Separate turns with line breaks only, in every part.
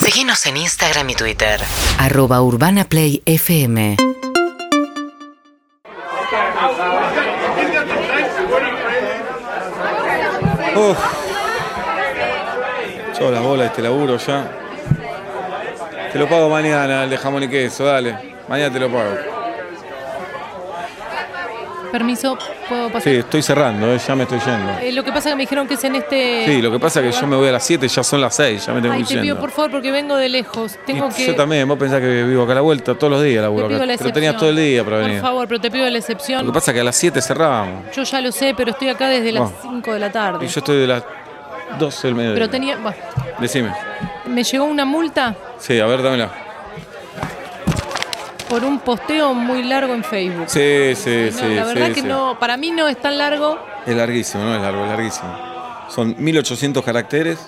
Seguinos en Instagram y Twitter.
arroba urbanaplayfm
Uf. Yo la bola este laburo ya. Te lo pago mañana, el de jamón y queso, dale. Mañana te lo pago.
Permiso, ¿puedo pasar?
Sí, estoy cerrando, eh, ya me estoy yendo.
Eh, lo que pasa es que me dijeron que es en este...
Sí, lo que pasa es que yo me voy a las 7, ya son las 6, ya me tengo que
Ay,
ir
te pido
yendo.
por favor porque vengo de lejos. Tengo
Y
que...
Yo también, vos pensás que vivo acá a la vuelta todos los días, laburo acá.
Te pido la
Pero
excepción.
tenías todo el día para venir.
Por favor, pero te pido la
Lo que
excepción.
pasa es que a las 7 cerrábamos.
Yo ya lo sé, pero estoy acá desde las
Bueno.
5 de la tarde.
Y yo estoy de las 12 del mediodía.
Pero tenía... bueno,
Decime.
me llegó una multa
Sí, a ver, dámela.
por un posteo muy largo en Facebook.
Sí, sí,
No,
sí.
la verdad
sí,
que
sí.
no, para mí no es tan largo.
Es larguísimo, no es largo, es larguísimo. Son 1800 caracteres.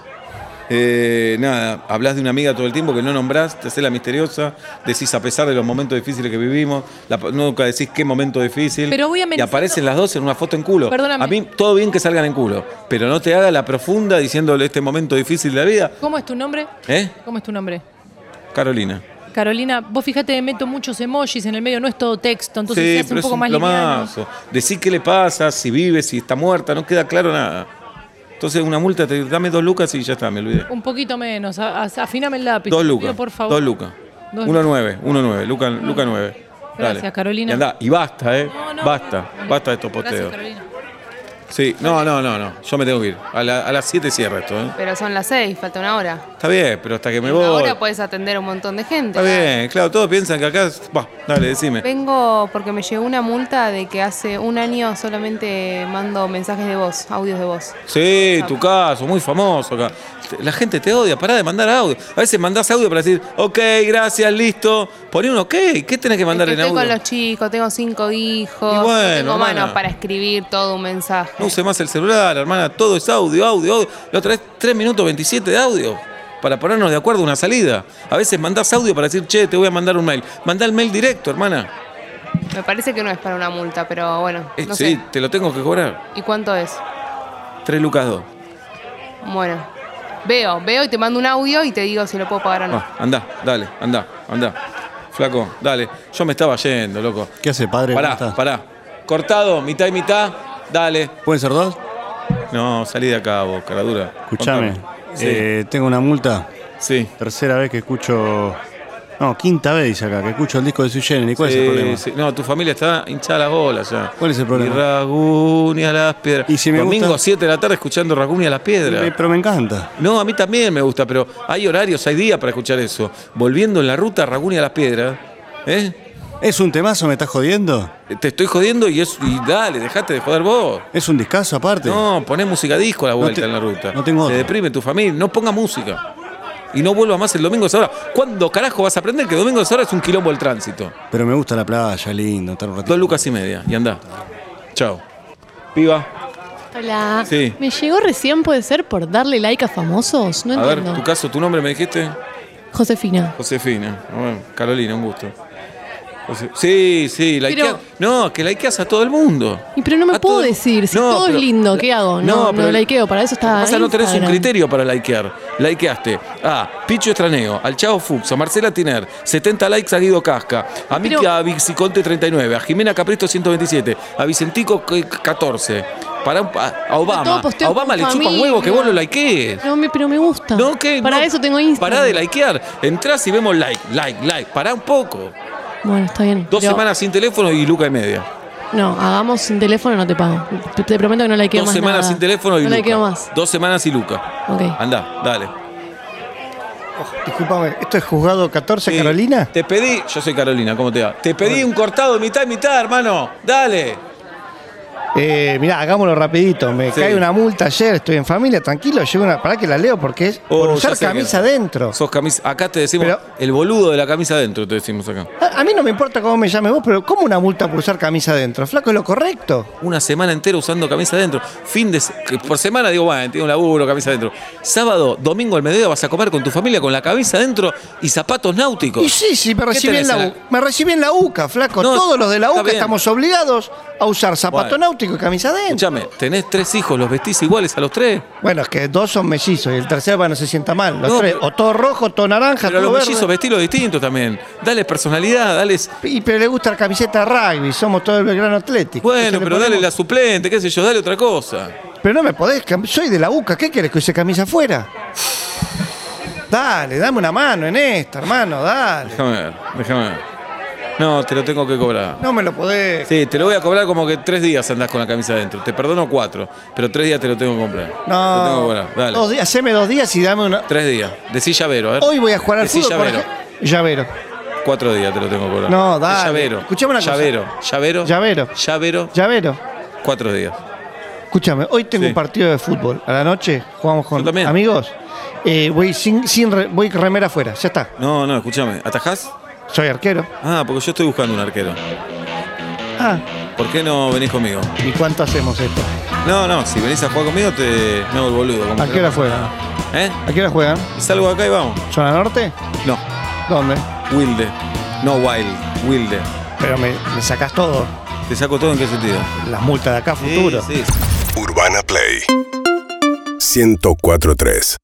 Eh, nada, hablas de una amiga todo el tiempo que no nombrás, te haces la misteriosa, decís a pesar de los momentos difíciles que vivimos, la- nunca decís qué momento difícil.
Pero voy
y
amenizando-
aparecen las dos en una foto en culo.
Perdóname.
A mí todo bien que salgan en culo, pero no te haga la profunda diciéndole este momento difícil de la vida.
¿Cómo es tu nombre?
¿Eh?
¿Cómo es tu nombre?
Carolina.
Carolina, vos fíjate, meto muchos emojis en el medio, no es todo texto, entonces se hace un
es
poco más liviano.
plomazo. Decís qué le pasa, si vive, si está muerta, no queda claro nada. Entonces una multa, te dame dos lucas y ya está, me olvidé.
Un poquito menos, a- a- afiname el lápiz.
Dos
te
lucas.
pido, por favor.
Dos lucas. uno
Dos lucas.
nueve, uno nueve, Luca, Luca nueve.
Gracias,
Dale.
Carolina.
Y, andá, y basta, ¿eh?
No, no,
basta,
no.
basta de estos
Gracias,
posteos.
Carolina.
sí, no, no, no, no. Yo me tengo que ir. A, la- a las 7 cierra esto, ¿eh?
Pero son las seis, falta una hora.
Está bien, pero hasta que me
En
voy.
una hora puedes atender a un montón de gente.
Está bien, claro, todos piensan que acá. Bah, dale, decime.
Vengo porque me llegó una multa de que hace un año solamente mando mensajes de voz, audios de voz.
Sí, tu caso, muy famoso acá. La gente te odia, pará de mandar audio. A veces mandás audio para decir, ok, gracias, listo. Poné un ok. ¿Qué tenés que mandar
Es que
en
estoy
audio?
con los chicos, tengo cinco hijos,
Y
no
bueno,
tengo
hermana.
manos para escribir todo un mensaje.
No use más el celular, hermana. Todo es audio, audio, audio. La otra vez, 3 minutos 27 de audio. Para ponernos de acuerdo una salida. A veces mandás audio para decir, che, te voy a mandar un mail. Mandá el mail directo, hermana.
Me parece que no es para una multa, pero bueno,
Eh,
no
sí,
sé.
te lo tengo que cobrar.
¿Y cuánto es?
3 lucas 2.
Bueno, veo, veo y te mando un audio y te digo si lo puedo pagar o
Ah.
no.
andá, dale, andá, andá. Flaco, dale. Yo me estaba yendo, loco.
¿Qué hace, padre? ¿Cómo
Pará,
estás?
pará. Cortado, mitad y mitad. Dale.
¿Pueden ser dos?
No, salí de acá vos, cara dura.
Escuchame.
Contame.
eh, tengo una multa.
Sí.
Tercera vez que escucho. No, quinta vez dice acá, que escucho el disco de Sui Generis. ¿Cuál es
Sí,
el problema?
Eh, sí. No, tu familia está hinchada las bolas ya.
¿Cuál es el problema?
Ni Ragú, ni a las piedras.
Y si me
Domingo
gusta-
a 7 de la tarde escuchando Ragú ni a las
Eh,
piedras.
Pero me encanta.
No, a mí también me gusta, pero hay horarios, hay días para escuchar eso. Volviendo en la ruta Ragú ni a las piedras, ¿eh?
¿Es un temazo? ¿Me estás jodiendo?
Te estoy jodiendo y, es, y dale, dejate de joder vos.
¿Es un discazo aparte?
No, poné música disco a la vuelta
te-
en la ruta.
no tengo
Te
otra.
deprime tu familia, no ponga música. Y no vuelva más el domingo a esa hora. ¿Cuándo carajo vas a aprender que domingo a esa hora es un quilombo el tránsito?
Pero me gusta la playa, lindo, estar un ratito.
Dos lucas y media, y andá. Chao. Piba,
Hola.
Sí.
Me llegó recién, puede ser, por darle like a famosos. No
a ver,
entiendo.
tu caso, tu nombre me dijiste.
Josefina.
Josefina. Bueno, Carolina, un gusto. Jose- Sí, sí, likeás-
Pero-
No, que likeás a todo el mundo.
Y pero no me
A
puedo
todo el-
decir, si
No,
todo
pero-
es lindo, ¿qué hago? No, no, likeo, para eso está
Lo que pasa, Ah, no tenés un
Instagram.
criterio para likear. Likeaste a Picho Estraneo, al Chavo Fuchs, a Marcela Tiner, 70 likes a Guido Casca, a
Pero-
Mica Vixiconte 39, a Jimena Capristo 127, a Vicentico c- 14, para, un- a, a Obama.
todo posteo
A Obama
con
le chupa un
familia.
huevo que vos lo likees.
No, me- pero me gusta.
No, que
Para eso tengo Instagram.
Pará de likear. Entrás y vemos like, like, like. Pará un poco.
Bueno, está bien.
Dos
pero-
semanas sin teléfono y luca y media.
No, hagamos sin teléfono, no te pago. Te, te prometo que no likeo
Dos
más.
semanas
nada.
sin teléfono y
No
luca.
likeo más.
Dos semanas y luca.
Ok.
Andá, dale.
Disculpame, ¿esto es juzgado 14
Sí.
Carolina?
Te pedí, yo soy Carolina, ¿cómo te va? Te pedí un cortado de mitad y mitad, hermano. Dale.
Eh, mirá, hagámoslo rapidito. Me
Sí.
cae una multa ayer, estoy en familia, tranquilo. Llego una. Pará que la leo porque es por
Oh,
usar
ya sé
camisa
que-
adentro.
Sos camisa. Acá te decimos
Pero-
el boludo de la camisa adentro, te decimos acá.
A, a mí no me importa cómo me llames vos, pero ¿cómo una multa por usar camisa adentro? Flaco, es lo correcto.
Una semana entera usando camisa adentro. Fin de. se- que Por semana digo, bueno, tengo un laburo, camisa adentro. Sábado, domingo al mediodía vas a comer con tu familia con la camisa adentro y zapatos náuticos.
Y sí, sí, me
¿Qué
recibí en
tenés
la
en la-
U. Me recibí en la UCA, flaco.
No,
Todos los de la
está
UCA
bien.
estamos obligados a usar zapato
Bueno.
náutico y camisa adentro.
Escuchame, tenés tres hijos, ¿los vestís iguales a los tres?
Bueno, es que dos son mellizos y el tercero para no se sienta mal. Los
No,
tres,
pero-
o todo rojo, todo naranja,
Pero a
todo
los
verde.
mellizos vestilos distintos también. Dale personalidad, dale.
Y pero le gusta la camiseta rugby, somos todo el Belgrano Atlético.
Bueno,
Entonces le
pero dale
ponemos-
la suplente, qué sé yo, dale otra cosa.
Pero no me podés, cam- soy de la UCA, ¿qué querés que use camisa afuera? Dale, dame una mano en esta, hermano, dale.
Déjame ver, déjame ver. No, te lo tengo que cobrar.
No me lo podés.
Sí, te lo voy a cobrar como que tres días andás con la camisa adentro. Te perdono cuatro, pero tres días te lo tengo que comprar. Lo tengo que
No,
cobrar, dale.
Dos días, haceme dos días y dame una.
Tres días. Decí llavero, a ver.
Hoy voy a jugar al
Decí
fútbol. por
llavero.
ej- Llavero.
Cuatro días te lo tengo que cobrar.
No, dale.
Llavero.
Escuchame una cosa.
llavero, Llavero.
Llavero.
Llavero.
Llavero.
Cuatro días.
Escúchame, hoy tengo
Sí.
un partido de fútbol. A la noche jugamos
Yo
con
también.
amigos. Eh, voy sin, sin re- voy con remera afuera, ya está.
No, no, escúchame. ¿Atajás?
Soy arquero.
Ah, porque yo estoy buscando un arquero.
Ah,
¿Por qué no venís conmigo?
¿y cuánto hacemos esto?
No, no, si venís a jugar conmigo te. No, el boludo. como
¿A
que
qué
no
hora
pasa
juega?
nada. ¿Eh?
¿A qué hora juegan?
Y salgo de acá y vamos.
¿Zona norte?
No,
¿Dónde?
Wilde. No Wild, Wilde.
Pero me, me sacás todo.
Te saco todo en qué sentido.
Las multas de acá, futuro.
Sí, sí.
Urbana Play 1043